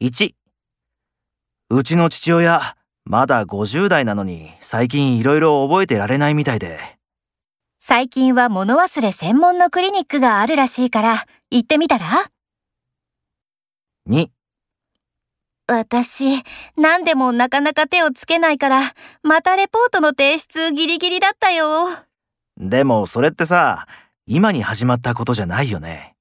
1、うちの父親、まだ50代なのに最近いろいろ覚えてられないみたいで。最近は物忘れ専門のクリニックがあるらしいから、行ってみたら2、私、何でもなかなか手をつけないから、またレポートの提出ギリギリだったよ。でもそれってさ、今に始まったことじゃないよね。